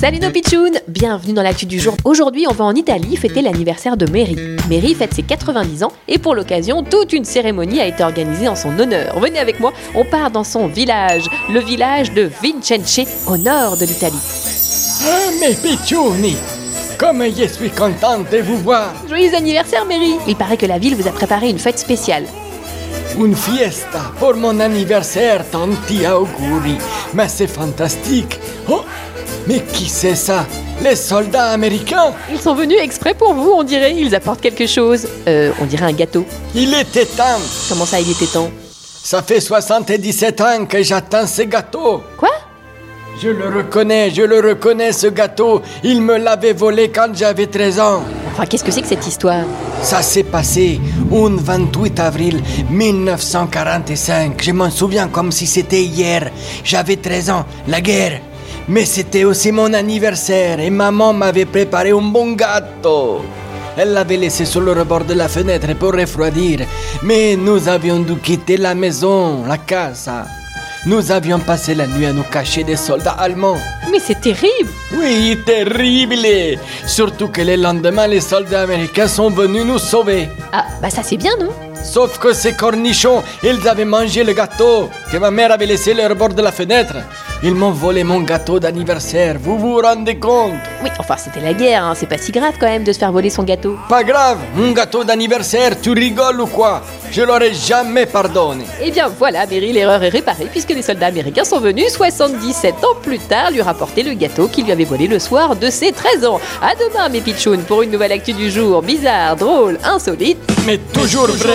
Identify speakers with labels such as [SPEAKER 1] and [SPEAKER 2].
[SPEAKER 1] Salut nos pitchounes Bienvenue dans l'actu du jour. Aujourd'hui, on va en Italie fêter l'anniversaire de Mary. Mary fête ses 90 ans et pour l'occasion, toute une cérémonie a été organisée en son honneur. Venez avec moi, on part dans son village, le village de Vincenze, au nord de l'Italie.
[SPEAKER 2] Ah, mes pitchouni Comme je suis contente de vous voir
[SPEAKER 1] Joyeux anniversaire Mary Il paraît que la ville vous a préparé une fête spéciale.
[SPEAKER 2] Une fiesta pour mon anniversaire, tanti auguri Mais c'est fantastique Oh Mais qui c'est ça Les soldats américains
[SPEAKER 1] Ils sont venus exprès pour vous, on dirait. Ils apportent quelque chose. Euh, on dirait un gâteau.
[SPEAKER 2] Il était temps
[SPEAKER 1] Comment ça, il était temps
[SPEAKER 2] Ça fait 77 ans que j'attends ce gâteau
[SPEAKER 1] Quoi
[SPEAKER 2] Je le reconnais, je le reconnais ce gâteau Il me l'avait volé quand j'avais 13 ans
[SPEAKER 1] Enfin, qu'est-ce que c'est que cette histoire
[SPEAKER 2] Ça s'est passé un 28 avril 1945. Je m'en souviens comme si c'était hier. J'avais 13 ans, la guerre. Mais c'était aussi mon anniversaire et maman m'avait préparé un bon gâteau. Elle l'avait laissé sur le rebord de la fenêtre pour refroidir. Mais nous avions dû quitter la maison, la casa. Nous avions passé la nuit à nous cacher des soldats allemands.
[SPEAKER 1] Mais c'est terrible
[SPEAKER 2] Oui, terrible Surtout que le lendemain, les soldats américains sont venus nous sauver.
[SPEAKER 1] Ah, bah ça c'est bien, non
[SPEAKER 2] Sauf que ces cornichons, ils avaient mangé le gâteau que ma mère avait laissé le rebord de la fenêtre. Ils m'ont volé mon gâteau d'anniversaire, vous vous rendez compte
[SPEAKER 1] Oui, enfin, c'était la guerre, hein. c'est pas si grave quand même de se faire voler son gâteau.
[SPEAKER 2] Pas grave, mon gâteau d'anniversaire, tu rigoles ou quoi Je l'aurais jamais pardonné.
[SPEAKER 1] Eh bien voilà, Mary, l'erreur est réparée puisque les soldats américains sont venus 77 ans plus tard lui rapporter le gâteau qu'il lui avait volé le soir de ses 13 ans. À demain, mes pitchounes, pour une nouvelle actu du jour. Bizarre, drôle, insolite.
[SPEAKER 2] Mais toujours vrai.